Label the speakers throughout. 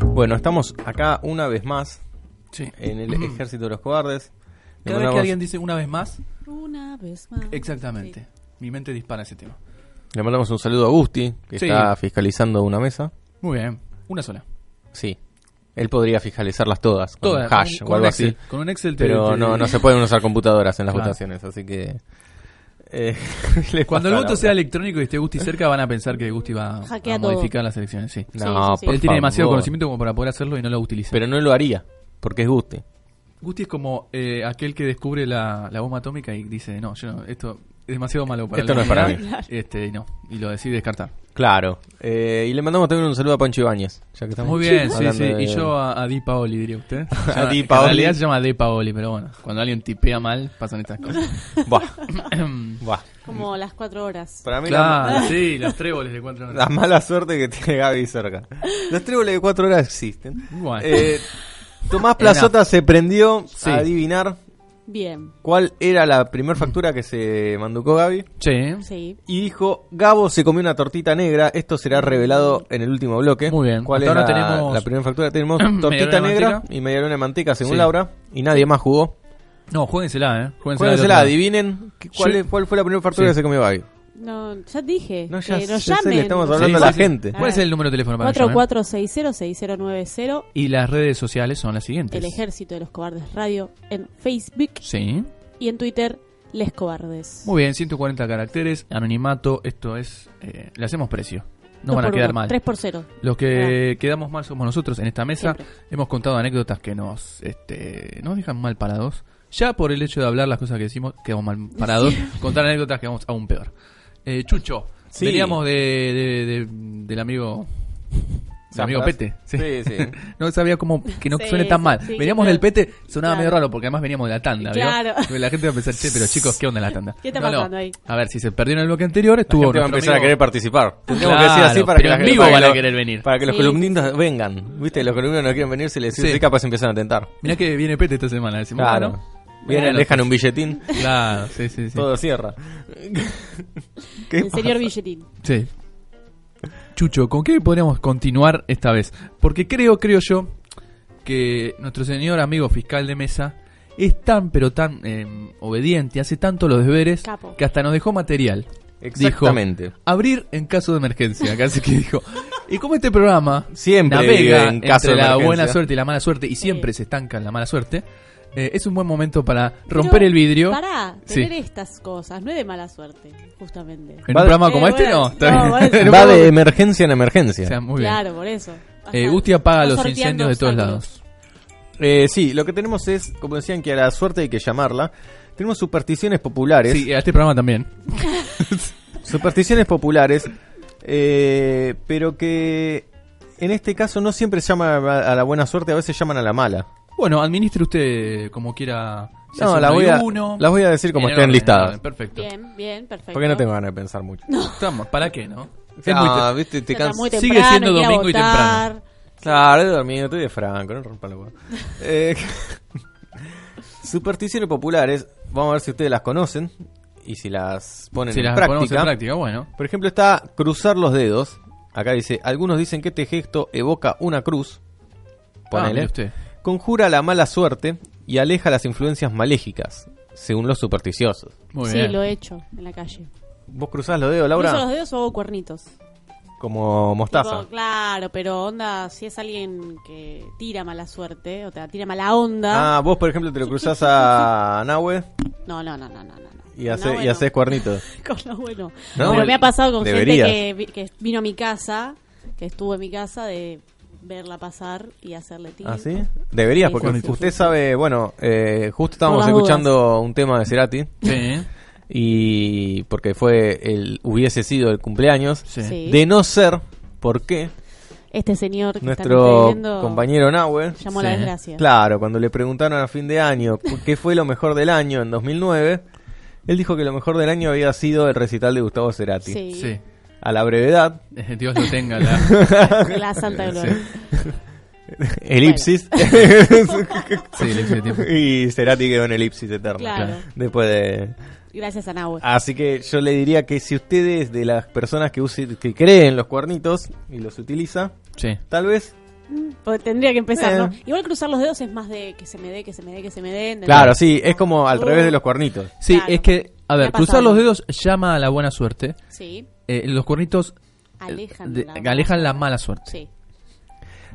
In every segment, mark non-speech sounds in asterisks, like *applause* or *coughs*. Speaker 1: Bueno, estamos acá una vez más
Speaker 2: Sí.
Speaker 1: en el Ejército de los Cobardes. Le
Speaker 2: Mm. Cada vez
Speaker 1: mandamos-
Speaker 2: que alguien dice una vez más,
Speaker 3: Una vez más.
Speaker 2: exactamente. Mi mente dispara ese tema.
Speaker 1: Le mandamos un saludo a Gusti, que
Speaker 2: Sí.
Speaker 1: está fiscalizando una mesa.
Speaker 2: Muy bien. Una sola.
Speaker 1: Sí. Él podría fiscalizarlas todas, con
Speaker 2: Toda,
Speaker 1: un hash o
Speaker 2: con, con
Speaker 1: algo
Speaker 2: un Excel,
Speaker 1: así.
Speaker 2: Con un Excel te-
Speaker 1: Pero
Speaker 2: te-
Speaker 1: no, no se pueden usar computadoras en las
Speaker 2: Claro.
Speaker 1: votaciones, así que... eh, *laughs* le
Speaker 2: Cuando el
Speaker 1: pasa la
Speaker 2: voto sea
Speaker 1: otra.
Speaker 2: electrónico y esté Gusti cerca, van a pensar que Gusti va
Speaker 3: Hackea
Speaker 2: a
Speaker 3: todo.
Speaker 2: modificar las elecciones. Sí.
Speaker 3: Sí,
Speaker 1: No,
Speaker 3: sí, sí.
Speaker 1: por
Speaker 2: Él tiene demasiado
Speaker 1: favor.
Speaker 2: conocimiento como para poder hacerlo y no lo utiliza.
Speaker 1: Pero no lo haría, porque es Gusti.
Speaker 2: Gusti es como eh, aquel que descubre la, la bomba atómica y dice, no, yo no, esto es demasiado malo para
Speaker 1: Esto
Speaker 2: la
Speaker 1: no es para
Speaker 2: humanidad". Este, y no, y lo decide descartar.
Speaker 1: Claro. Eh, y le mandamos también un saludo a Pancho Ibáñez, ya que estamos
Speaker 2: Muy bien, sí,
Speaker 1: hablando
Speaker 2: sí.
Speaker 1: de-
Speaker 2: Y yo a, a Di Paoli, diría usted.
Speaker 1: *laughs* A
Speaker 2: Se llama-
Speaker 1: Di
Speaker 2: en
Speaker 1: Paoli.
Speaker 2: realidad se llama De Paoli, pero bueno, cuando alguien tipea mal, pasan
Speaker 1: *laughs*
Speaker 2: estas cosas. *coughs*
Speaker 1: Buah, buah.
Speaker 3: Como las cuatro horas.
Speaker 1: Para mí la-
Speaker 2: claro, sí, los tréboles de cuatro
Speaker 1: La mala suerte que tiene Gaby cerca. Los tréboles de cuatro horas existen.
Speaker 2: Bueno.
Speaker 1: Eh,
Speaker 2: *laughs*
Speaker 1: Tomás Plazota se prendió
Speaker 2: Sí.
Speaker 1: a adivinar
Speaker 3: Bien.
Speaker 1: cuál era la primer factura que se manducó Gaby.
Speaker 2: Che, ¿eh?
Speaker 3: Sí.
Speaker 1: Y dijo, Gabo se comió una tortita negra. Esto será revelado en el último bloque.
Speaker 2: Muy bien.
Speaker 1: ¿Cuál
Speaker 2: Hasta
Speaker 1: es
Speaker 2: ahora
Speaker 1: la,
Speaker 2: tenemos-
Speaker 1: la primera
Speaker 2: *clears throat*
Speaker 1: factura? Tenemos
Speaker 2: Media
Speaker 1: tortita
Speaker 2: luna de
Speaker 1: negra
Speaker 2: manteca.
Speaker 1: y media luna de manteca, según
Speaker 2: Sí.
Speaker 1: Laura. Y nadie más jugó.
Speaker 2: no, juéguensela, ¿eh? Juéguensela.
Speaker 1: Cuéntensela,
Speaker 2: del otro
Speaker 1: adivinen qué- cuál,
Speaker 2: Yo-
Speaker 1: es- cuál fue la primera factura
Speaker 2: Sí.
Speaker 1: que se comió Gaby.
Speaker 3: No, ya dije.
Speaker 1: No,
Speaker 3: No,
Speaker 1: ya-
Speaker 3: que nos
Speaker 1: ya sé,
Speaker 3: llamen.
Speaker 1: le estamos
Speaker 2: lado.
Speaker 1: hablando
Speaker 2: Sí,
Speaker 1: a la
Speaker 2: sí, sí.
Speaker 1: gente.
Speaker 2: ¿Cuál es el número de teléfono para que llamen?
Speaker 3: 4460-6090.
Speaker 2: Y las redes sociales son las siguientes.
Speaker 3: El Ejército de los Cobardes Radio en Facebook
Speaker 2: Sí.
Speaker 3: y en Twitter, Les Cobardes.
Speaker 2: Muy bien, 140 caracteres, anonimato, esto es... eh, le hacemos precio. No
Speaker 3: Dos
Speaker 2: van a
Speaker 3: por
Speaker 2: quedar
Speaker 3: uno,
Speaker 2: mal.
Speaker 3: Tres por cero.
Speaker 2: Los que quedamos mal somos nosotros en esta mesa.
Speaker 3: Siempre.
Speaker 2: Hemos contado anécdotas que nos, este, nos dejan mal parados. Ya por el hecho de hablar las cosas que decimos, quedamos mal parados. *laughs* Contar anécdotas quedamos aún peor. Eh, Chucho,
Speaker 1: Sí.
Speaker 2: veníamos de, de- de- del amigo... del
Speaker 1: Zafras.
Speaker 2: amigo Pete.
Speaker 1: Sí, sí.
Speaker 2: *laughs* no sabía cómo que no
Speaker 3: Sí,
Speaker 2: suene tan
Speaker 3: sí,
Speaker 2: mal.
Speaker 3: sí,
Speaker 2: veníamos
Speaker 3: claro.
Speaker 2: del Pete, sonaba
Speaker 3: Claro.
Speaker 2: medio raro porque además veníamos de la tanda, ¿vio?
Speaker 3: Claro.
Speaker 2: La gente va a pensar, che,
Speaker 3: *laughs*
Speaker 2: pero chicos, ¿qué onda la tanda?
Speaker 3: ¿Qué está
Speaker 2: No, no.
Speaker 3: pasando ahí?
Speaker 2: A ver, si se perdió en el bloque anterior, estuvo
Speaker 1: gente va a
Speaker 2: nuestro
Speaker 1: empezar a
Speaker 2: amigo-
Speaker 1: querer participar. Tendríamos que
Speaker 2: Claro,
Speaker 1: decir así para que
Speaker 2: pero
Speaker 1: la
Speaker 2: en
Speaker 1: gente-
Speaker 2: vivo
Speaker 1: para que
Speaker 2: van a
Speaker 1: los-
Speaker 2: querer venir.
Speaker 1: Para que los
Speaker 3: Sí,
Speaker 1: columnistas vengan. ¿Viste? Los columnistas no quieren venir, se les
Speaker 2: Sí.
Speaker 1: dice sí. capaz empiezan a tentar.
Speaker 2: Mirá que viene Pete esta semana. Decimos,
Speaker 1: Claro.
Speaker 2: bueno,
Speaker 1: Vienen,
Speaker 2: Bueno,
Speaker 1: dejan un billetín,
Speaker 2: Claro, sí, sí, sí.
Speaker 1: todo
Speaker 2: *laughs*
Speaker 1: cierra. ¿Qué
Speaker 3: El señor
Speaker 1: pasa?
Speaker 3: Billetín.
Speaker 2: Sí. Chucho, ¿con qué podríamos continuar esta vez? Porque creo, creo yo, que nuestro señor amigo fiscal de mesa es tan, pero tan eh, obediente, hace tanto los deberes,
Speaker 3: Capo.
Speaker 2: que hasta nos dejó material.
Speaker 1: Exactamente.
Speaker 2: Dijo, abrir en caso de emergencia, casi que dijo. Y como este programa
Speaker 1: Siempre vive
Speaker 2: navega
Speaker 1: en caso
Speaker 2: entre
Speaker 1: de
Speaker 2: la
Speaker 1: emergencia.
Speaker 2: buena suerte y la mala suerte, y siempre se estanca en la mala suerte, eh, es un buen momento para romper
Speaker 3: Pero,
Speaker 2: el vidrio.
Speaker 3: Pará,
Speaker 2: Sí.
Speaker 3: tener estas cosas. No es de mala suerte, justamente.
Speaker 2: En
Speaker 1: Va
Speaker 2: un
Speaker 1: de-
Speaker 2: programa
Speaker 3: Eh,
Speaker 2: como este,
Speaker 3: bueno,
Speaker 2: no. está
Speaker 3: no,
Speaker 2: bien. En
Speaker 3: bueno.
Speaker 2: un
Speaker 1: Va
Speaker 2: programa-
Speaker 1: de emergencia en emergencia.
Speaker 2: *laughs* O sea, muy bien.
Speaker 3: claro, por eso.
Speaker 2: Eh,
Speaker 3: Basta-
Speaker 2: Gusti apaga
Speaker 3: está
Speaker 2: los
Speaker 3: sorteando
Speaker 2: incendios de todos
Speaker 3: obstáculos.
Speaker 2: lados.
Speaker 1: Eh, sí, lo que tenemos es, como decían, que a la suerte hay que llamarla. Tenemos supersticiones populares.
Speaker 2: Sí, a este programa también.
Speaker 1: Supersticiones populares, eh, pero que en este caso no siempre llaman a a la buena suerte, a veces llaman a la mala.
Speaker 2: Bueno, administre usted como quiera. si
Speaker 1: No,
Speaker 2: es
Speaker 1: la
Speaker 2: uno
Speaker 1: voy
Speaker 2: y
Speaker 1: a-
Speaker 2: uno.
Speaker 1: las voy a decir como
Speaker 2: En el
Speaker 1: estén
Speaker 2: orden,
Speaker 1: listadas.
Speaker 2: en el orden, Perfecto.
Speaker 3: Bien, bien, perfecto.
Speaker 1: Porque no tengo ganas de pensar mucho.
Speaker 2: Estamos, ¿para qué, no? Es muy
Speaker 1: Ah,
Speaker 2: te-
Speaker 1: viste, te
Speaker 3: Ya está
Speaker 1: canso.
Speaker 3: muy
Speaker 2: Sigue
Speaker 3: temprano,
Speaker 2: siendo
Speaker 3: hay que ir a
Speaker 2: domingo y temprano.
Speaker 3: votar.
Speaker 1: Claro, he dormido, estoy de franco, no rompa la
Speaker 3: *laughs*
Speaker 1: hueá. Eh, *laughs* supersticiones populares, vamos a ver si ustedes las conocen y si las ponen
Speaker 2: si
Speaker 1: en
Speaker 2: las
Speaker 1: práctica.
Speaker 2: ponemos en práctica, bueno.
Speaker 1: Por ejemplo, está cruzar los dedos. Acá dice, algunos dicen que este gesto evoca una cruz.
Speaker 2: Ah, mire
Speaker 1: Ponele.
Speaker 2: usted.
Speaker 1: Conjura la mala suerte y aleja las influencias maléficas, según los supersticiosos.
Speaker 2: Muy
Speaker 3: sí,
Speaker 2: bien.
Speaker 3: lo he hecho en la calle.
Speaker 1: ¿Vos cruzás los dedos,
Speaker 3: Cruzo los
Speaker 1: Laura?
Speaker 3: dedos o hago cuernitos.
Speaker 1: Como mostaza.
Speaker 3: Tipo, claro, pero onda, si es alguien que tira mala suerte, o te tira mala onda.
Speaker 1: Ah, vos, por ejemplo, te lo cruzás a Nahue
Speaker 3: No, no, no, no, no, no. *laughs* no.
Speaker 1: y,
Speaker 3: Con la
Speaker 1: hace- y
Speaker 3: bueno.
Speaker 1: haces cuernitos.
Speaker 3: Con la bueno.
Speaker 1: No,
Speaker 3: bueno,
Speaker 1: el-
Speaker 3: me ha pasado con
Speaker 1: deberías.
Speaker 3: gente que, vi- que vino a mi casa, que estuvo en mi casa, de verla pasar y hacerle tiro.
Speaker 1: ¿Ah, sí? Deberías,
Speaker 3: Sí,
Speaker 1: porque
Speaker 3: sí, sí,
Speaker 1: usted sabe, bueno, eh, justo estábamos
Speaker 3: las
Speaker 1: escuchando un tema de Cerati
Speaker 2: Sí.
Speaker 1: y y porque fue el hubiese sido el cumpleaños
Speaker 2: Sí.
Speaker 3: Sí.
Speaker 1: de no ser porque
Speaker 3: Este señor que estamos
Speaker 1: nuestro
Speaker 3: viendo
Speaker 1: compañero Nahue
Speaker 3: llamó a la
Speaker 2: Sí.
Speaker 3: desgracia.
Speaker 1: Claro, cuando le preguntaron a fin de año cu- qué fue lo mejor del año en 2009, él dijo que lo mejor del año había sido el recital de Gustavo Cerati.
Speaker 3: Sí.
Speaker 2: Sí. Eh,
Speaker 1: A la brevedad,
Speaker 2: Dios lo
Speaker 1: *laughs*
Speaker 2: tenga. La...
Speaker 3: La Santa Gloria. *laughs*
Speaker 1: *laughs* elipsis.
Speaker 2: Sí, le hice tiempo.
Speaker 1: *laughs* y Cerati quedó en elipsis eterna.
Speaker 3: Claro.
Speaker 1: Después de...
Speaker 3: Gracias a Nahue.
Speaker 1: Así que yo le diría que si ustedes de las personas que, usi- que creen los cuernitos y los utiliza,
Speaker 2: Sí.
Speaker 1: tal vez...
Speaker 3: Porque Pues tendría que empezar, ¿no?
Speaker 1: Eh.
Speaker 3: Igual cruzar los dedos es más de que se me dé, que se me dé, que se me dé. ¿entendés?
Speaker 1: Claro, sí, es como al
Speaker 3: Uh.
Speaker 1: revés de los cuernitos.
Speaker 2: Sí,
Speaker 3: Claro.
Speaker 2: es que, a
Speaker 3: Me ha
Speaker 2: ver,
Speaker 3: pasado.
Speaker 2: cruzar los dedos llama a la buena suerte.
Speaker 3: Sí.
Speaker 2: Eh, los cuernitos eh,
Speaker 3: Alejan.
Speaker 2: de-
Speaker 3: la-
Speaker 2: alejan la mala suerte.
Speaker 3: Sí.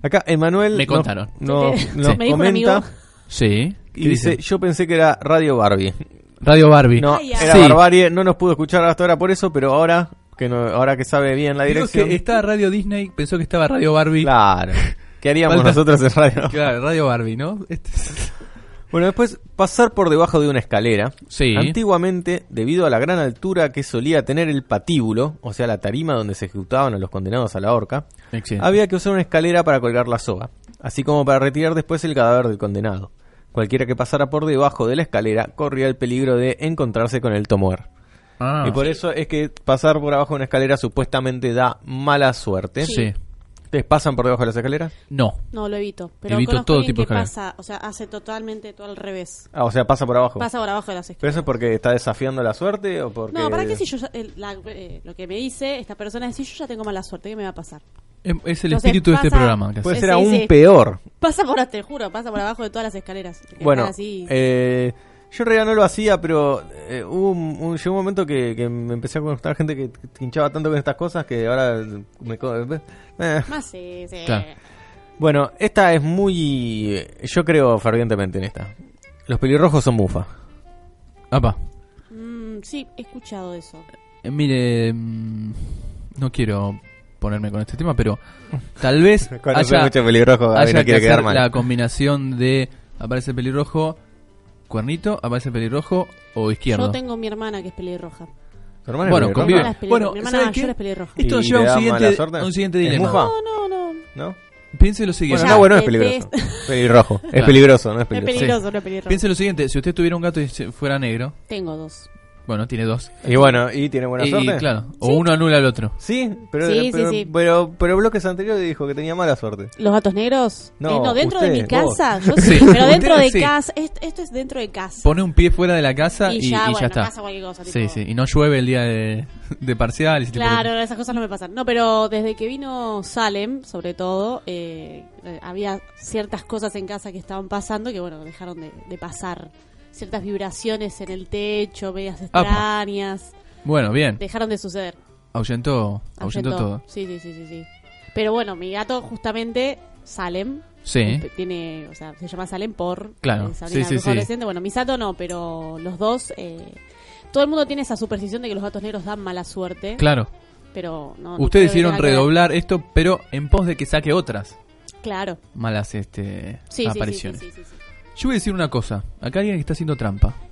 Speaker 1: Acá Emanuel
Speaker 2: Me
Speaker 1: nos-
Speaker 2: contaron.
Speaker 1: nos-
Speaker 3: Sí.
Speaker 1: nos
Speaker 3: Me dijo un
Speaker 1: comenta
Speaker 3: amigo.
Speaker 2: Sí.
Speaker 1: y
Speaker 2: ¿Qué
Speaker 1: dice,
Speaker 2: dicen?
Speaker 1: yo pensé que era Radio Barbie.
Speaker 2: Radio Barbie.
Speaker 1: No,
Speaker 3: Ay, ay.
Speaker 1: era
Speaker 2: Sí.
Speaker 1: barbarie, no nos pudo escuchar hasta ahora por eso, pero ahora que no, ahora que sabe bien la
Speaker 2: Digo
Speaker 1: dirección.
Speaker 2: que estaba Radio Disney, pensó que estaba Radio Barbie.
Speaker 1: Claro. ¿Qué haríamos
Speaker 2: Falta-
Speaker 1: nosotros en radio?
Speaker 2: Claro, Radio Barbie, ¿no? Este-
Speaker 1: Bueno, después pasar por debajo de una escalera.
Speaker 2: Sí.
Speaker 1: Antiguamente, debido a la gran altura que solía tener el patíbulo, o sea, la tarima donde se ejecutaban a los condenados a la horca,
Speaker 2: Excelente.
Speaker 1: había que usar una escalera para colgar la soga, así como para retirar después el cadáver del condenado. Cualquiera que pasara por debajo de la escalera corría el peligro de encontrarse con el tomuer.
Speaker 2: Ah,
Speaker 1: y por eso es que pasar por abajo de una escalera supuestamente da mala suerte.
Speaker 2: sí.
Speaker 1: ¿Ustedes pasan por debajo de las escaleras?
Speaker 2: No.
Speaker 3: No, lo evito. Pero
Speaker 2: Evito
Speaker 3: conozco
Speaker 2: todo
Speaker 3: alguien
Speaker 2: tipo de
Speaker 3: que
Speaker 2: escalera.
Speaker 3: pasa, o sea, hace totalmente todo al revés.
Speaker 1: Ah, o sea, pasa por abajo.
Speaker 3: Pasa por abajo de las
Speaker 1: ¿Pero
Speaker 3: escaleras.
Speaker 1: eso es porque está desafiando la suerte o porque...?
Speaker 3: No, ¿para qué si yo ya- el- la- eh, lo que me dice esta persona es si yo ya tengo mala suerte, ¿qué me va a pasar?
Speaker 2: Es, es el
Speaker 3: Entonces,
Speaker 2: espíritu de este
Speaker 3: pasa-
Speaker 2: programa. casi.
Speaker 1: Puede
Speaker 3: Sí,
Speaker 1: ser
Speaker 3: sí,
Speaker 1: aún
Speaker 3: sí.
Speaker 1: peor.
Speaker 3: Pasa por, te juro, pasa por abajo de todas las escaleras. Que
Speaker 1: Bueno,
Speaker 3: están así.
Speaker 1: eh, yo en realidad no lo hacía, pero eh, hubo un, un- llegó un momento que, que me empecé a conectar gente que hinchaba tanto con estas cosas que ahora me... co- eh.
Speaker 3: Más, sí, sí.
Speaker 2: Claro.
Speaker 1: Bueno, esta es muy... eh, Yo creo fervientemente en esta. Los pelirrojos son mufa.
Speaker 2: Apa.
Speaker 3: Mm, sí, he escuchado eso.
Speaker 2: Eh, mire, mm, no quiero ponerme con este tema, pero tal
Speaker 1: *laughs*
Speaker 2: vez haya,
Speaker 1: pelirrojo,
Speaker 2: haya que hacer la combinación de aparece pelirrojo, cuernito, aparece pelirrojo o izquierdo.
Speaker 3: Yo tengo mi hermana que es pelirroja.
Speaker 2: Bueno, convive.
Speaker 3: Todas las pelirrojas.
Speaker 2: Bueno,
Speaker 3: Mi hermana
Speaker 2: ¿sabe
Speaker 3: mayor
Speaker 2: qué?
Speaker 3: es pelirroja.
Speaker 1: ¿Y
Speaker 2: Esto
Speaker 1: le
Speaker 2: lleva a
Speaker 1: da
Speaker 2: un
Speaker 1: mala
Speaker 2: siguiente,
Speaker 1: suerte?
Speaker 2: un siguiente
Speaker 1: ¿Es mufa?
Speaker 2: dilema.
Speaker 1: Ah.
Speaker 3: No, no, no.
Speaker 1: ¿No?
Speaker 2: Piense lo siguiente.
Speaker 1: Bueno,
Speaker 3: Ya,
Speaker 1: no, bueno, es
Speaker 3: detesto.
Speaker 1: peligroso. Pelirrojo. Es
Speaker 2: Claro.
Speaker 1: peligroso, no es
Speaker 3: Es
Speaker 1: peligroso.
Speaker 3: peligroso, no es pelirroja.
Speaker 2: Piense lo siguiente, si usted tuviera un gato y se- fuera negro,
Speaker 3: Tengo dos.
Speaker 2: bueno, tiene dos.
Speaker 1: Y bueno, ¿y tiene buena
Speaker 2: Y-
Speaker 1: suerte?
Speaker 2: y claro, o uno anula al otro.
Speaker 1: Sí, pero,
Speaker 3: Sí, sí,
Speaker 1: pero,
Speaker 3: sí.
Speaker 1: pero pero bloques anteriores dijo que tenía mala suerte.
Speaker 3: ¿Los gatos negros?
Speaker 1: No,
Speaker 3: Eh, dentro de
Speaker 1: ustedes,
Speaker 3: mi casa. Yo
Speaker 2: Sí.
Speaker 3: sí, pero dentro
Speaker 2: Ustedes
Speaker 3: de
Speaker 2: sí.
Speaker 3: casa. Est- Esto es dentro de casa.
Speaker 2: Pone un pie fuera de la casa y,
Speaker 3: Y ya,
Speaker 2: y
Speaker 3: bueno,
Speaker 2: está.
Speaker 3: pasa cualquier cosa,
Speaker 2: sí,
Speaker 3: tipo-
Speaker 2: sí, y no llueve el día de, *laughs* de parcial. y ese tipo de
Speaker 3: Claro, esas cosas no me pasan. No, pero desde que vino Salem, sobre todo, eh, eh, había ciertas cosas en casa que estaban pasando que, bueno, dejaron de, de pasar. Ciertas vibraciones en el techo, medias
Speaker 2: Apa.
Speaker 3: extrañas,
Speaker 2: cosas. Bueno, bien.
Speaker 3: dejaron de suceder.
Speaker 2: Ahuyentó, ahuyentó
Speaker 3: Ahuyentó.
Speaker 2: todo.
Speaker 3: Sí, sí, sí, sí, sí. Pero bueno, mi gato justamente, Salem,
Speaker 2: Sí.
Speaker 3: que tiene, o sea, se llama Salem por
Speaker 2: Claro.
Speaker 3: eh, Sabrina,
Speaker 2: Sí, sí,
Speaker 3: la bruja
Speaker 2: sí.
Speaker 3: adolescente. Bueno, Misato no, pero los dos... eh, todo el mundo tiene esa superstición de que los gatos negros dan mala suerte,
Speaker 2: Claro.
Speaker 3: pero no... no creo que
Speaker 2: Ustedes hicieron
Speaker 3: tenga que ver.
Speaker 2: redoblar esto, pero en pos de que saque otras
Speaker 3: Claro.
Speaker 2: malas este,
Speaker 3: Sí, sí,
Speaker 2: apariciones.
Speaker 3: Sí, sí, sí, sí,
Speaker 2: Yo voy a decir una cosa. Acá hay alguien que está haciendo trampa.
Speaker 3: sí.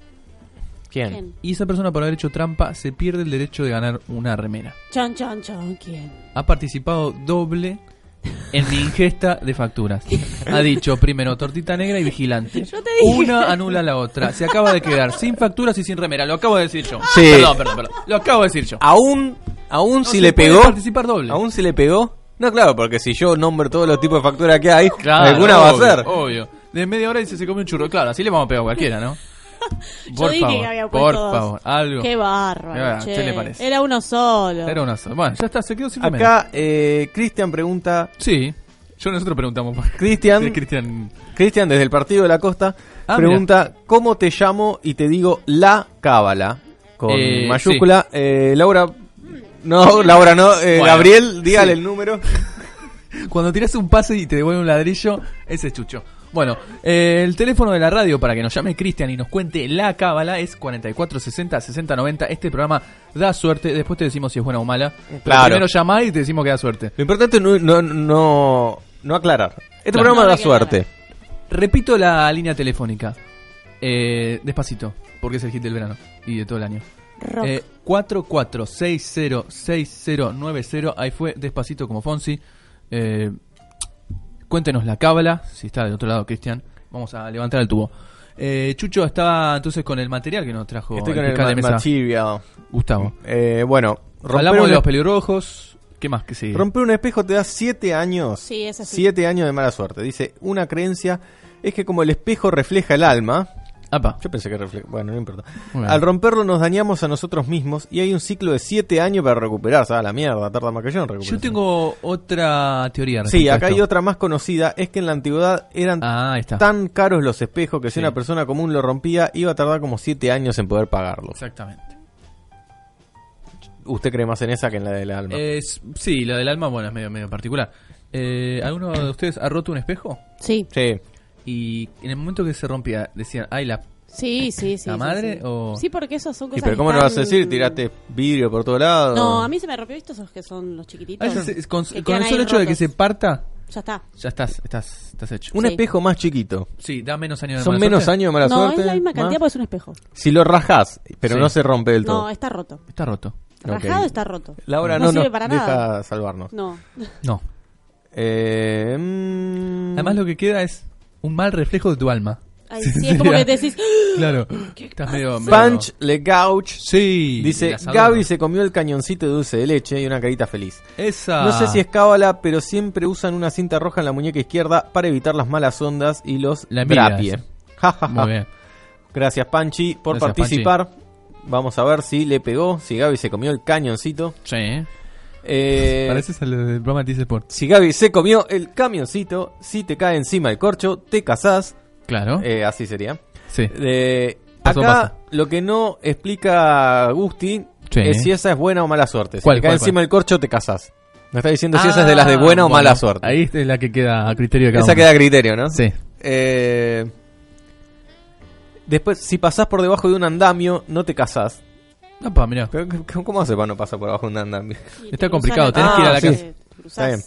Speaker 1: ¿Quién?
Speaker 3: ¿Quién?
Speaker 2: Y esa persona por haber hecho trampa se pierde el derecho de ganar una remera.
Speaker 3: Chan, chan, chan, ¿quién?
Speaker 2: Ha participado doble en mi ingesta de facturas. Ha dicho primero tortita negra y vigilante.
Speaker 3: Yo te dije.
Speaker 2: Una anula la otra. Se acaba de quedar sin facturas y sin remera. Lo acabo de decir yo.
Speaker 1: Sí.
Speaker 2: Perdón, perdón, perdón. Lo acabo de decir yo.
Speaker 1: Aún, aún
Speaker 2: No
Speaker 1: si
Speaker 2: se
Speaker 1: le
Speaker 2: puede
Speaker 1: pegó.
Speaker 2: participar doble.
Speaker 1: Aún si le pegó. No, claro, porque si yo nombro todos los tipos de factura que hay,
Speaker 2: Claro,
Speaker 1: alguna va a
Speaker 2: obvio,
Speaker 1: ser.
Speaker 2: Obvio. De media hora dice se come un churro. Claro, así le vamos a pegar a cualquiera,
Speaker 3: *laughs*
Speaker 2: ¿no?
Speaker 3: Yo
Speaker 2: Por
Speaker 3: dije
Speaker 2: favor,
Speaker 3: que había puesto
Speaker 2: por
Speaker 3: dos.
Speaker 2: favor, algo.
Speaker 3: Qué
Speaker 2: Qué
Speaker 3: bárbaro,
Speaker 2: bárbaro,
Speaker 3: che.
Speaker 2: ¿qué le parece?
Speaker 3: Era uno solo.
Speaker 2: Era una sola. Bueno, ya está, se quedó sin remera.
Speaker 1: Acá, eh, Cristian pregunta.
Speaker 2: Sí. Yo nosotros preguntamos por *laughs*
Speaker 1: Cristian,
Speaker 2: Sí, Cristian.
Speaker 1: Cristian desde el Partido de la Costa,
Speaker 2: Ah,
Speaker 1: pregunta: ¿Cómo te llamo y te digo la cábala? Con
Speaker 2: Eh,
Speaker 1: mayúscula. Eh, Laura. No, Laura no. eh,
Speaker 2: Bueno,
Speaker 1: Gabriel, dígale
Speaker 2: sí.
Speaker 1: el número.
Speaker 2: Cuando tiras un pase y te devuelve un ladrillo, ese es Chucho. Bueno, eh, el teléfono de la radio para que nos llame Cristian y nos cuente la cábala es 4460-6090. Este programa da suerte, después te decimos si es buena o mala. Pero
Speaker 1: Claro.
Speaker 2: Primero llamá y te decimos que da suerte.
Speaker 1: Lo importante es no, no, no, no aclarar. Este
Speaker 2: Claro.
Speaker 1: programa
Speaker 3: No, no
Speaker 1: da
Speaker 3: hay que aclarar.
Speaker 1: suerte.
Speaker 2: Repito la línea telefónica. Eh, despacito, porque es el hit del verano y de todo el año.
Speaker 3: Rock.
Speaker 2: Eh, 44606090. Ahí fue despacito como Fonsi. Eh, cuéntenos la cábala. Si está del otro lado, Cristian. Vamos a levantar el tubo. Eh, Chucho estaba entonces con el material que nos trajo
Speaker 1: Estoy con
Speaker 2: el fiscal
Speaker 1: el
Speaker 2: de
Speaker 1: ma-
Speaker 2: mesa.
Speaker 1: machirio.
Speaker 2: Gustavo.
Speaker 1: Eh, bueno, romper
Speaker 2: Hablamos
Speaker 1: un,
Speaker 2: de los pelirrojos. ¿Qué más que sigue?
Speaker 1: romper un espejo te da siete años.
Speaker 3: Sí, es así.
Speaker 1: Siete años de mala suerte. Dice, una creencia es que como el espejo refleja el alma,
Speaker 2: Apa.
Speaker 1: Yo pensé que refle- Bueno, no importa.
Speaker 2: Muy bien.
Speaker 1: Al romperlo nos dañamos a nosotros mismos y hay un ciclo de 7 años para recuperarse. Ah, la mierda, tarda más que yo en recuperarse.
Speaker 2: Yo tengo otra teoría.
Speaker 1: Sí,
Speaker 2: respecto a
Speaker 1: acá hay
Speaker 2: esto.
Speaker 1: otra más conocida. Es que en la antigüedad eran
Speaker 2: Ah, ahí está.
Speaker 1: tan caros los espejos que si
Speaker 2: Sí.
Speaker 1: una persona común lo rompía iba a tardar como 7 años en poder pagarlos.
Speaker 2: Exactamente.
Speaker 1: ¿Usted cree más en esa que en la del alma?
Speaker 2: Es- Eh, sí, la del alma, bueno, es medio, medio particular. Eh, ¿Alguno de ustedes ha roto un espejo?
Speaker 3: Sí,
Speaker 1: Sí.
Speaker 2: Y en el momento que se rompía, decían, ay, la...
Speaker 3: sí, sí, sí.
Speaker 2: ¿La
Speaker 3: sí,
Speaker 2: madre
Speaker 3: sí.
Speaker 2: o-
Speaker 3: Sí, porque esos son cosas
Speaker 1: ¿Y pero
Speaker 3: que
Speaker 1: cómo lo vas a
Speaker 3: están-
Speaker 1: decir? ¿Tiraste vidrio por todos lados?
Speaker 3: No, a mí se me rompió estos son los que son los
Speaker 2: Ah,
Speaker 3: chiquititos.
Speaker 2: ya se- con
Speaker 3: que
Speaker 2: con
Speaker 3: quedan
Speaker 2: el solo
Speaker 3: ahí
Speaker 2: hecho de que
Speaker 3: rotos.
Speaker 2: se parta,
Speaker 3: Ya está.
Speaker 2: ya estás, estás, estás hecho.
Speaker 1: Un
Speaker 3: Sí.
Speaker 1: espejo más chiquito.
Speaker 2: Sí, da menos años de
Speaker 1: Son
Speaker 2: mala
Speaker 1: menos
Speaker 2: suerte.
Speaker 1: años de mala
Speaker 3: no,
Speaker 1: suerte.
Speaker 3: es la misma cantidad
Speaker 1: más.
Speaker 3: porque es un espejo.
Speaker 1: Si lo rajas, pero
Speaker 2: Sí.
Speaker 1: no se rompe del todo.
Speaker 3: No, está roto.
Speaker 2: Está roto.
Speaker 3: Rajado
Speaker 1: Ok.
Speaker 3: está roto.
Speaker 1: Laura
Speaker 3: No
Speaker 1: no,
Speaker 3: sirve
Speaker 1: nos
Speaker 3: para
Speaker 1: deja
Speaker 3: nada.
Speaker 1: salvarnos. *laughs*
Speaker 3: No.
Speaker 2: No.
Speaker 1: Eh, mm,
Speaker 2: Además lo que queda es un mal reflejo de tu alma.
Speaker 3: Ay, sí, es como que te decís. "Ah, *gasps*
Speaker 2: Claro. Estás medio... medio-
Speaker 1: Punch Le Gauch
Speaker 2: Sí.
Speaker 1: dice:
Speaker 2: la sabana.
Speaker 1: Gaby se comió el cañoncito de dulce de leche y una carita feliz.
Speaker 2: Esa.
Speaker 1: No sé si es cábala, pero siempre usan una cinta roja en la muñeca izquierda para evitar las malas ondas y los
Speaker 2: La envidia,
Speaker 1: drapie.
Speaker 2: sí.
Speaker 1: Ja, ja, ja.
Speaker 2: Muy bien.
Speaker 1: Gracias, Panchi, por
Speaker 2: Gracias,
Speaker 1: participar. Vamos a ver si le pegó, si Gaby se comió el cañoncito.
Speaker 2: Sí, ¿eh?
Speaker 1: Eh,
Speaker 2: Pareces al del programa de Sport.
Speaker 1: Si Gaby se comió el camioncito, si te cae encima el corcho, te casás.
Speaker 2: Claro.
Speaker 1: Eh, así sería.
Speaker 2: sí.
Speaker 1: De-
Speaker 2: Paso,
Speaker 1: acá
Speaker 2: paso.
Speaker 1: lo que no explica Gusti
Speaker 2: Sí.
Speaker 1: es si esa es buena o mala suerte. Si
Speaker 2: ¿Cuál,
Speaker 1: te cae
Speaker 2: cuál,
Speaker 1: encima
Speaker 2: cuál?
Speaker 1: el corcho, te casás. Me está diciendo si esa es de las de
Speaker 2: Ah,
Speaker 1: buena o
Speaker 2: bueno,
Speaker 1: mala suerte.
Speaker 2: Ahí es la que queda a criterio de cada
Speaker 1: esa
Speaker 2: uno.
Speaker 1: queda a criterio, ¿no?
Speaker 2: Sí.
Speaker 1: Eh, después, si pasás por debajo de un andamio, no te casás.
Speaker 2: No, pa, mirá.
Speaker 1: Pero, c- c- ¿Cómo hace para no pasar por debajo de un andamio? *laughs*
Speaker 2: Está complicado, tenés
Speaker 1: que ir a la
Speaker 3: calle.
Speaker 1: Está bien.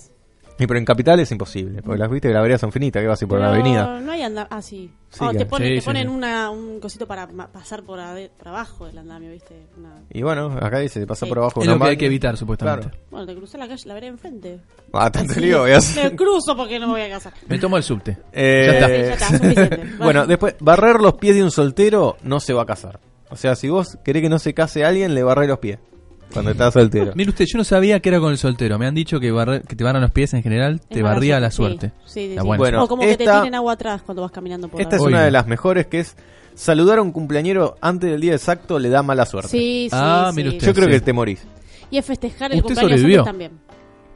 Speaker 1: Y pero en capital es imposible, porque las viste que las veredas son finitas, que vas a ir por la avenida.
Speaker 3: No hay andamio. Ah, sí.
Speaker 1: Sí,
Speaker 3: Oh,
Speaker 1: que-
Speaker 3: te ponen,
Speaker 2: sí,
Speaker 3: te
Speaker 2: sí, sí.
Speaker 3: ponen Una, un cosito para ma- pasar por, ade- por abajo del andamio, ¿viste? Una-
Speaker 1: Y bueno, acá dice, pasa
Speaker 3: Sí.
Speaker 1: por abajo
Speaker 2: Es
Speaker 1: de
Speaker 2: lo
Speaker 1: un
Speaker 2: que hay
Speaker 1: andamio.
Speaker 2: que evitar, supuestamente.
Speaker 1: Claro.
Speaker 3: Bueno, te cruzas la calle, la veré enfrente.
Speaker 1: Ah, tanto lío, voy a
Speaker 3: *laughs*
Speaker 1: hacer.
Speaker 3: Me cruzo porque no me voy a casar.
Speaker 2: Me tomo el subte.
Speaker 1: *laughs* Eh,
Speaker 2: Ya está.
Speaker 3: Sí, ya está, suficiente.
Speaker 1: *laughs* bueno, después, barrer los pies de un soltero no se va a casar. O sea, si vos querés que no se case alguien, le barré los pies.
Speaker 2: *laughs*
Speaker 1: Cuando estás soltero.
Speaker 2: Mire usted, yo no sabía que era con el soltero. Me han dicho que, barrer- que te barran los pies en general,
Speaker 3: Es
Speaker 2: te barría la
Speaker 3: mala
Speaker 2: suerte.
Speaker 3: Sí, sí, sí,
Speaker 2: La
Speaker 3: sí.
Speaker 2: buena.
Speaker 1: Bueno,
Speaker 3: o como que te
Speaker 1: esta-
Speaker 3: tienen agua atrás cuando vas caminando por
Speaker 1: Esta es
Speaker 3: la-
Speaker 2: Oiga.
Speaker 1: una de las mejores que es saludar a un cumpleañero antes del día exacto le da mala suerte.
Speaker 3: Sí, sí,
Speaker 2: Ah,
Speaker 3: sí.
Speaker 2: mire usted.
Speaker 1: Yo creo
Speaker 2: Sí.
Speaker 1: que te morís.
Speaker 3: Y es festejar el
Speaker 2: Usted
Speaker 3: cumpleaños antes
Speaker 2: sobrevivió.
Speaker 3: también.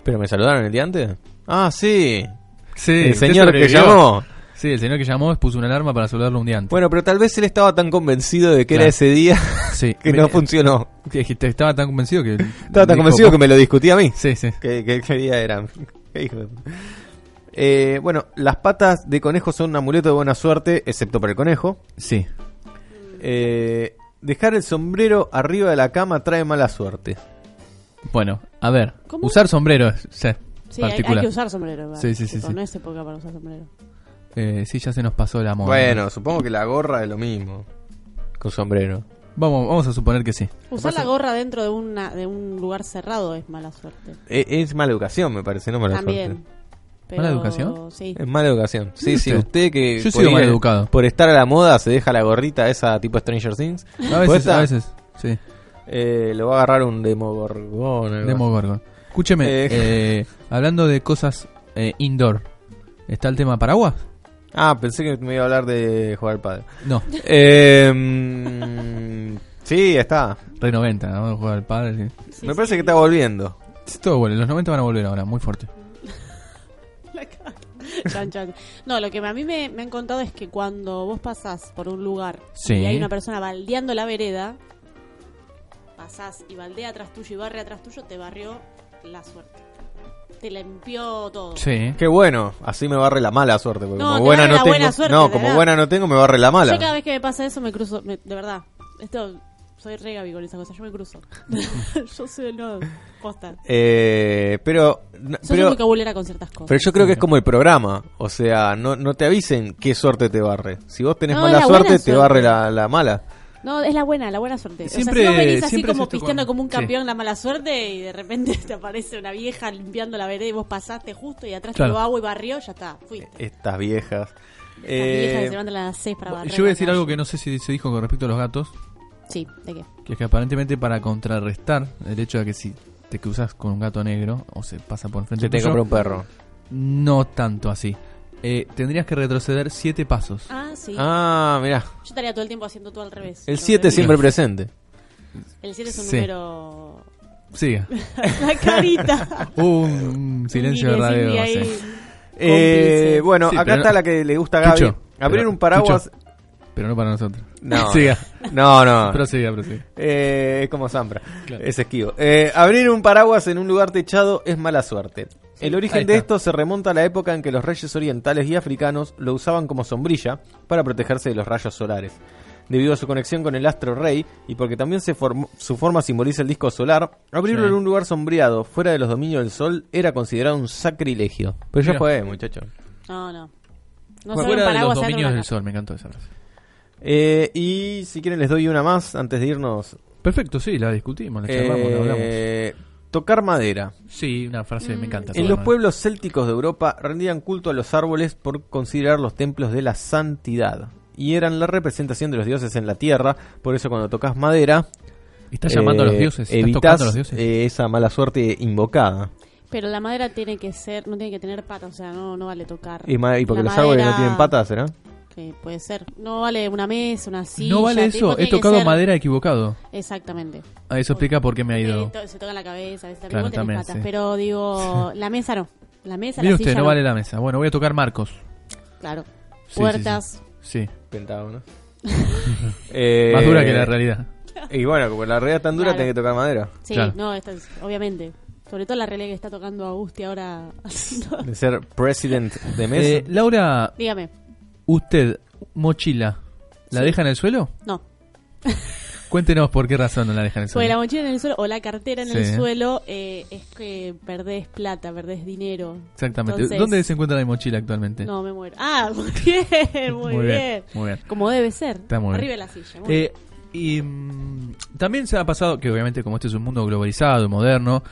Speaker 1: ¿Pero me saludaron el día antes? Ah, sí.
Speaker 2: Sí,
Speaker 1: el
Speaker 2: usted
Speaker 1: señor que
Speaker 2: sobrevivió.
Speaker 1: llamó.
Speaker 2: Sí, el señor que llamó puso una alarma para saludarlo un día antes.
Speaker 1: Bueno, pero tal vez él estaba tan convencido de que
Speaker 2: Claro.
Speaker 1: era ese día *laughs*
Speaker 2: sí.
Speaker 1: que
Speaker 2: Me-
Speaker 1: no funcionó.
Speaker 2: que- que te- estaba tan convencido que.
Speaker 1: *laughs* Estaba tan convencido que me lo discutía a mí.
Speaker 2: Sí, sí.
Speaker 1: ¿Qué, qué- qué día era? *laughs* Qué hijo de- Eh, bueno, las patas de conejo son un amuleto de buena suerte, excepto para el conejo.
Speaker 2: Sí.
Speaker 1: Eh, dejar el sombrero arriba de la cama trae mala suerte.
Speaker 2: Bueno, a ver.
Speaker 3: ¿Cómo?
Speaker 2: Usar sombrero es sí,
Speaker 3: Sí, hay- hay,
Speaker 2: particular.
Speaker 3: que usar sombrero. ¿verdad?
Speaker 2: Sí, sí, sí,
Speaker 3: Tipo,
Speaker 2: sí.
Speaker 3: No es época para usar sombrero.
Speaker 2: Eh, sí, ya se nos pasó la moda.
Speaker 1: Bueno, supongo que la gorra es lo mismo. Con sombrero.
Speaker 2: Vamos, vamos a suponer que sí.
Speaker 3: Usar la gorra dentro de, una, de un lugar cerrado es mala suerte.
Speaker 1: E- es mala educación, me parece, no mala
Speaker 3: También.
Speaker 1: suerte.
Speaker 3: Pero,
Speaker 2: ¿Mala educación?
Speaker 3: Sí. *laughs*
Speaker 1: Es mala educación. Sí, sí,
Speaker 2: usted?
Speaker 1: usted que.
Speaker 2: Yo he
Speaker 1: por
Speaker 2: sido
Speaker 1: ir-
Speaker 2: maleducado.
Speaker 1: Por estar a la moda se deja la gorrita esa tipo Stranger Things.
Speaker 2: A
Speaker 1: Pues
Speaker 2: veces,
Speaker 1: esta,
Speaker 2: a veces. Sí.
Speaker 1: eh, lo va a agarrar un demogorgón. algo así.
Speaker 2: Demogorgon. Escúcheme,
Speaker 1: Eh,
Speaker 2: eh, hablando de cosas eh, indoor, ¿está el tema paraguas?
Speaker 1: Ah, pensé que me iba a hablar de jugar al padre.
Speaker 2: No, *laughs*
Speaker 1: sí, está.
Speaker 2: re 90, ¿no? Jugar al padre. sí.
Speaker 3: Sí,
Speaker 1: me parece
Speaker 3: sí.
Speaker 1: que está volviendo.
Speaker 2: Sí, todo vuelve, los 90 van a volver ahora, muy fuerte.
Speaker 3: La cara. Chan, chan. No, lo que a mí me, me han contado es que cuando vos pasás por un lugar
Speaker 2: Sí.
Speaker 3: y hay una persona baldeando la vereda, pasás y baldea atrás tuyo y barre atrás tuyo, te barrió la suerte. Te limpió todo.
Speaker 2: Sí.
Speaker 1: Qué bueno, así me barre la mala suerte. Porque
Speaker 3: No,
Speaker 1: como
Speaker 3: te
Speaker 1: buena
Speaker 3: barre
Speaker 1: no
Speaker 3: la
Speaker 1: tengo.
Speaker 3: buena suerte,
Speaker 1: no,
Speaker 3: de
Speaker 1: como
Speaker 3: verdad.
Speaker 1: buena no tengo, me barre la
Speaker 3: Yo cada
Speaker 1: mala.
Speaker 3: vez que me pasa eso me cruzo, me- de verdad. Esto, soy re Gaby con esas cosas, yo me cruzo. yo soy no, posta.
Speaker 1: Eh, pero, n-
Speaker 3: Soy
Speaker 1: pero,
Speaker 3: muy cabulera con ciertas cosas.
Speaker 1: pero yo creo que es como el programa. O sea, no, no te avisen qué suerte te barre. Si vos tenés
Speaker 3: No,
Speaker 1: mala
Speaker 3: la buena
Speaker 1: suerte, te
Speaker 3: suerte.
Speaker 1: barre la, la mala.
Speaker 3: No, es la buena, la buena suerte.
Speaker 2: Siempre-
Speaker 3: o sea, si vos venís así
Speaker 2: siempre es
Speaker 3: como
Speaker 2: esto
Speaker 3: pisteando
Speaker 2: cuando-
Speaker 3: como un
Speaker 2: sí.
Speaker 3: campeón la mala suerte y de repente *laughs* te aparece una vieja limpiando la vereda y vos pasaste justo y atrás
Speaker 2: Claro.
Speaker 3: te lo agua y barrió, ya está, fuiste.
Speaker 1: Estas viejas.
Speaker 3: Estas viejas
Speaker 1: Eh,
Speaker 3: que se mandan a las seis para barrer
Speaker 2: Yo voy
Speaker 3: la
Speaker 2: a decir
Speaker 3: calle.
Speaker 2: algo que no sé si se dijo con respecto a los gatos,
Speaker 3: Sí, ¿de qué?
Speaker 2: que es que aparentemente para contrarrestar el hecho de que si te cruzas con un gato negro o se pasa por enfrente
Speaker 1: se te
Speaker 2: tuyo,
Speaker 1: compró un perro.
Speaker 2: no tanto así. Eh, tendrías que retroceder siete pasos.
Speaker 3: Ah, sí.
Speaker 1: Ah, mirá.
Speaker 3: Yo estaría todo el tiempo haciendo todo al revés.
Speaker 1: El
Speaker 3: Todo
Speaker 1: 7
Speaker 3: el-
Speaker 1: siempre presente.
Speaker 3: El 7 es un
Speaker 2: Sí.
Speaker 3: número... *laughs*
Speaker 2: Siga.
Speaker 3: La carita.
Speaker 2: Un silencio
Speaker 3: Mire,
Speaker 2: verdadero.
Speaker 3: Cindy ahí.
Speaker 2: sí.
Speaker 1: Eh, bueno,
Speaker 2: Sí,
Speaker 1: acá
Speaker 2: pero
Speaker 1: está
Speaker 2: no-
Speaker 1: la que le gusta a Gaby.
Speaker 2: Chucho,
Speaker 1: Abrir
Speaker 2: pero-
Speaker 1: un paraguas.
Speaker 2: Pero no para nosotros.
Speaker 1: No.
Speaker 2: *laughs* Siga.
Speaker 1: No, no.
Speaker 2: Prosiga, prosiga.
Speaker 1: Eh, es como Zambra,
Speaker 2: Claro.
Speaker 1: es esquivo. Eh, abrir un paraguas en un lugar techado es mala suerte. El
Speaker 2: ahí
Speaker 1: origen de
Speaker 2: está.
Speaker 1: esto se remonta a la época en que los reyes orientales y africanos lo usaban como sombrilla para protegerse de los rayos solares. Debido a su conexión con el astro rey y porque también se formó- su forma simboliza el disco solar, abrirlo
Speaker 2: Sí.
Speaker 1: en un lugar sombreado, fuera de los dominios del sol, era considerado un sacrilegio. Pero
Speaker 2: Mirá.
Speaker 1: ya fue, muchacho.
Speaker 3: No, no. No solo un
Speaker 2: Fuera de los
Speaker 3: paraguas, se abre
Speaker 2: dominios
Speaker 3: una
Speaker 2: del
Speaker 3: caja.
Speaker 2: sol, me encantó esa frase.
Speaker 1: Eh, y si quieren les doy una más antes de irnos.
Speaker 2: Perfecto, sí, la discutimos, la charlamos, la hablamos.
Speaker 1: Eh, tocar madera.
Speaker 2: Sí, una frase me encanta.
Speaker 1: En los pueblos célticos de Europa rendían culto a los árboles por considerar los templos de la santidad. Y eran la representación de los dioses en la tierra. Por eso cuando tocas madera... eh,
Speaker 2: Estás llamando a los dioses, estás
Speaker 1: evitas eh,
Speaker 2: tocando a los dioses.
Speaker 1: esa mala suerte invocada.
Speaker 3: Pero la madera tiene que ser, no tiene que tener patas, o sea, no, no vale tocar.
Speaker 1: Y, ma- y porque
Speaker 3: La
Speaker 1: los árboles no
Speaker 3: madera-
Speaker 1: tienen patas, ¿será?
Speaker 3: que puede ser. No vale una mesa, una silla.
Speaker 2: no vale
Speaker 3: tipo,
Speaker 2: eso, he
Speaker 3: tiene que
Speaker 2: tocado
Speaker 3: ser-
Speaker 2: madera equivocado.
Speaker 3: Exactamente.
Speaker 2: Ah, Eso explica por qué me ha
Speaker 3: Eh,
Speaker 2: ido.
Speaker 3: to- se toca la cabeza, a veces
Speaker 2: Claro,
Speaker 3: también, vos tenés
Speaker 2: también,
Speaker 3: patas,
Speaker 2: sí. *laughs*
Speaker 3: pero digo, la mesa no. La mesa,
Speaker 2: Mire
Speaker 3: la
Speaker 2: usted,
Speaker 3: silla
Speaker 2: no vale la mesa. Bueno, voy a tocar Marcos.
Speaker 3: Claro.
Speaker 2: Sí,
Speaker 3: Puertas.
Speaker 2: Sí, sí.
Speaker 3: *laughs*
Speaker 1: Pentágono. Eh,
Speaker 2: Más dura que la realidad.
Speaker 1: Y bueno, como la realidad es tan dura,
Speaker 3: Claro.
Speaker 1: tenés que tocar madera.
Speaker 3: Sí,
Speaker 2: Claro.
Speaker 3: no, esta es- obviamente. Sobre todo la realidad que está tocando Agusti ahora. *laughs* No.
Speaker 1: De ser president de mesa.
Speaker 2: Eh, Laura,
Speaker 3: Dígame.
Speaker 2: usted, mochila, ¿la deja en el suelo?
Speaker 3: No.
Speaker 2: Cuéntenos por qué razón no la deja en el
Speaker 3: Porque la
Speaker 2: suelo.
Speaker 3: mochila en el suelo o la cartera en
Speaker 2: Sí.
Speaker 3: el suelo eh, es que perdés plata, perdés dinero.
Speaker 2: Exactamente.
Speaker 3: Entonces-
Speaker 2: ¿Dónde se encuentra la mochila actualmente?
Speaker 3: No, me muero. Ah, *laughs* muy bien, muy,
Speaker 2: Muy bien,
Speaker 3: bien.
Speaker 2: muy bien.
Speaker 3: Como debe ser.
Speaker 2: Está muy bien.
Speaker 3: Arriba de la silla. muy bien.
Speaker 2: Eh, y mm, también se ha pasado que obviamente como este es un mundo globalizado, moderno,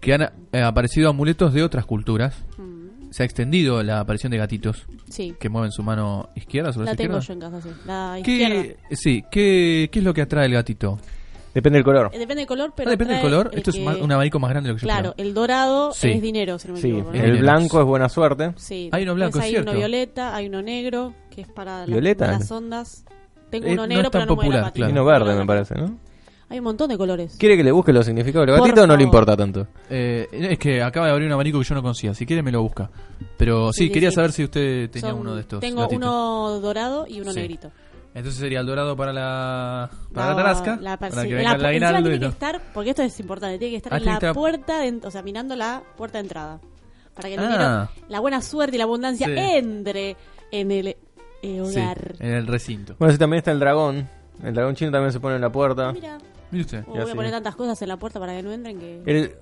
Speaker 2: que han eh, aparecido amuletos de otras culturas.
Speaker 3: Mm,
Speaker 2: Se ha extendido la aparición de gatitos
Speaker 3: Sí.
Speaker 2: que mueven su mano izquierda sobre
Speaker 3: La
Speaker 2: su
Speaker 3: tengo yo
Speaker 2: izquierda.
Speaker 3: en casa, sí. La
Speaker 2: ¿Qué,
Speaker 3: izquierda. Eh,
Speaker 2: sí, ¿qué, qué es lo que atrae el gatito?
Speaker 1: Depende del color.
Speaker 3: Eh, Depende del color, pero.
Speaker 2: Ah, depende del
Speaker 3: trae
Speaker 2: color.
Speaker 3: el
Speaker 2: Esto es
Speaker 3: que-
Speaker 2: más- un abanico más grande de lo que yo
Speaker 3: Claro,
Speaker 2: creo.
Speaker 3: el dorado
Speaker 2: Sí.
Speaker 3: es dinero, si no me
Speaker 1: Sí,
Speaker 3: equivoco. ¿no?
Speaker 1: el blanco es buena suerte.
Speaker 3: Sí.
Speaker 2: Hay uno blanco,
Speaker 3: Después hay
Speaker 2: es cierto.
Speaker 3: uno violeta, hay uno negro, que es para la-
Speaker 1: ¿Violeta?
Speaker 3: para las ondas. Tengo
Speaker 2: Eh,
Speaker 3: uno
Speaker 2: no
Speaker 3: negro,
Speaker 2: es tan
Speaker 3: pero no mueve la
Speaker 2: popular,
Speaker 3: patita.
Speaker 2: claro.
Speaker 1: Y no verde, me parece, ¿no?
Speaker 3: Hay un montón de colores.
Speaker 1: ¿Quiere que le busque los significados de los
Speaker 3: Por
Speaker 1: gatitos o no le
Speaker 3: favor.
Speaker 1: importa tanto?
Speaker 2: Eh, es que acaba de abrir un abanico que yo no conocía. Si quiere me lo busca. Pero sí,
Speaker 3: Sí,
Speaker 2: quería
Speaker 3: sí.
Speaker 2: saber si usted tenía
Speaker 3: Son-
Speaker 2: uno de estos.
Speaker 3: Tengo
Speaker 2: gatitos.
Speaker 3: uno dorado y uno
Speaker 2: Sí.
Speaker 3: negrito.
Speaker 2: Entonces sería el dorado para la para la, tarasca,
Speaker 3: la per-
Speaker 2: para
Speaker 3: sí.
Speaker 2: que
Speaker 3: La
Speaker 2: venga el
Speaker 3: pu- encima
Speaker 2: aguinaldo
Speaker 3: tiene
Speaker 2: y
Speaker 3: que
Speaker 2: lo-
Speaker 3: estar, porque esto es importante, tiene que estar
Speaker 2: Ah,
Speaker 3: en
Speaker 2: tiene
Speaker 3: la
Speaker 2: que estar-
Speaker 3: puerta, de en- o sea, mirando la puerta de entrada. Para que el
Speaker 2: Ah.
Speaker 3: dinero, la buena suerte y la abundancia
Speaker 2: Sí.
Speaker 3: entre en el eh,
Speaker 2: Sí,
Speaker 3: hogar.
Speaker 2: en el recinto.
Speaker 1: Bueno, sí, también está el dragón. El dragón chino también se pone en la puerta.
Speaker 3: Mira,
Speaker 2: Mire usted.
Speaker 3: oh,
Speaker 1: Ya
Speaker 3: voy
Speaker 1: sí.
Speaker 3: a poner tantas cosas en la puerta para que no entren
Speaker 2: Eh,
Speaker 3: que...
Speaker 1: El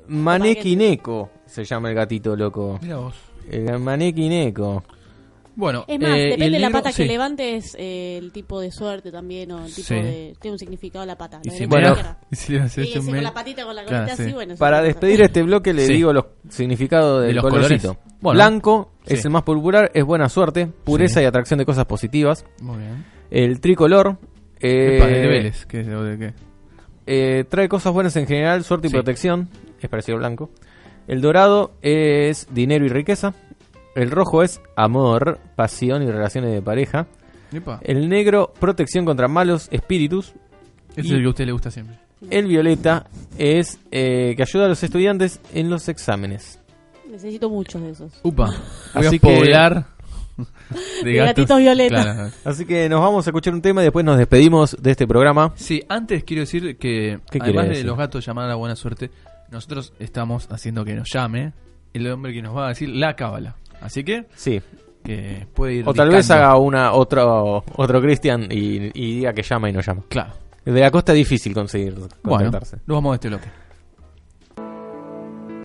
Speaker 1: manequineco se llama el gatito loco.
Speaker 2: Mira vos.
Speaker 1: El manequineco.
Speaker 2: Bueno,
Speaker 3: Es más,
Speaker 2: eh, y el
Speaker 3: depende de la
Speaker 2: negro,
Speaker 3: pata
Speaker 2: sí.
Speaker 3: que levantes, eh, el tipo de suerte también, o el tipo
Speaker 2: Sí.
Speaker 3: de... Tiene un significado la pata.
Speaker 2: Y
Speaker 3: la
Speaker 2: si
Speaker 3: derecha,
Speaker 1: Bueno.
Speaker 3: la
Speaker 2: me-
Speaker 3: izquierda.
Speaker 2: *laughs* y si le hace
Speaker 3: Sí,
Speaker 2: este un
Speaker 3: sí,
Speaker 2: mail-
Speaker 3: con la patita, con la
Speaker 2: Claro,
Speaker 3: cosita así,
Speaker 2: sí.
Speaker 3: bueno. es
Speaker 1: Para
Speaker 3: otra cosa.
Speaker 1: despedir este bloque le
Speaker 2: Sí.
Speaker 1: digo los significados del
Speaker 2: los
Speaker 1: colorcito.
Speaker 2: colores. Bueno.
Speaker 1: Blanco es
Speaker 2: Sí.
Speaker 1: el más popular, es buena suerte, pureza y
Speaker 2: Sí.
Speaker 1: atracción de cosas positivas.
Speaker 2: Muy bien.
Speaker 1: El tricolor eh,
Speaker 2: Epa, el de Vélez, ¿qué es? ¿O de qué?
Speaker 1: eh, trae cosas buenas en general, suerte y
Speaker 2: Sí.
Speaker 1: protección. Es parecido al blanco. El dorado es dinero y riqueza. El rojo es amor, pasión y relaciones de pareja.
Speaker 2: Epa,
Speaker 1: El negro, protección contra malos espíritus.
Speaker 2: ese es el que a usted le gusta siempre.
Speaker 1: El violeta es eh, que ayuda a los estudiantes en los exámenes.
Speaker 3: Necesito muchos de esos.
Speaker 2: Upa, voy
Speaker 1: Así
Speaker 2: a
Speaker 1: que-
Speaker 2: poblar *laughs* de,
Speaker 3: De gatitos violetas.
Speaker 2: Claro.
Speaker 1: Así que nos vamos a escuchar un tema y después nos despedimos de este programa.
Speaker 2: Sí, antes quiero decir que
Speaker 1: ¿Qué quiere
Speaker 2: además de
Speaker 1: decir?
Speaker 2: los gatos llamar a la buena suerte, nosotros estamos haciendo que nos llame el hombre que nos va a decir la cábala. Así que,
Speaker 1: Sí.
Speaker 2: que puede ir
Speaker 1: O tal vez
Speaker 2: dictando.
Speaker 1: haga una otro otro Cristian y, y diga que llama y no llama.
Speaker 2: Claro.
Speaker 1: De la costa es difícil conseguir
Speaker 2: Bueno,
Speaker 1: contactarse.
Speaker 2: nos vamos de este bloque.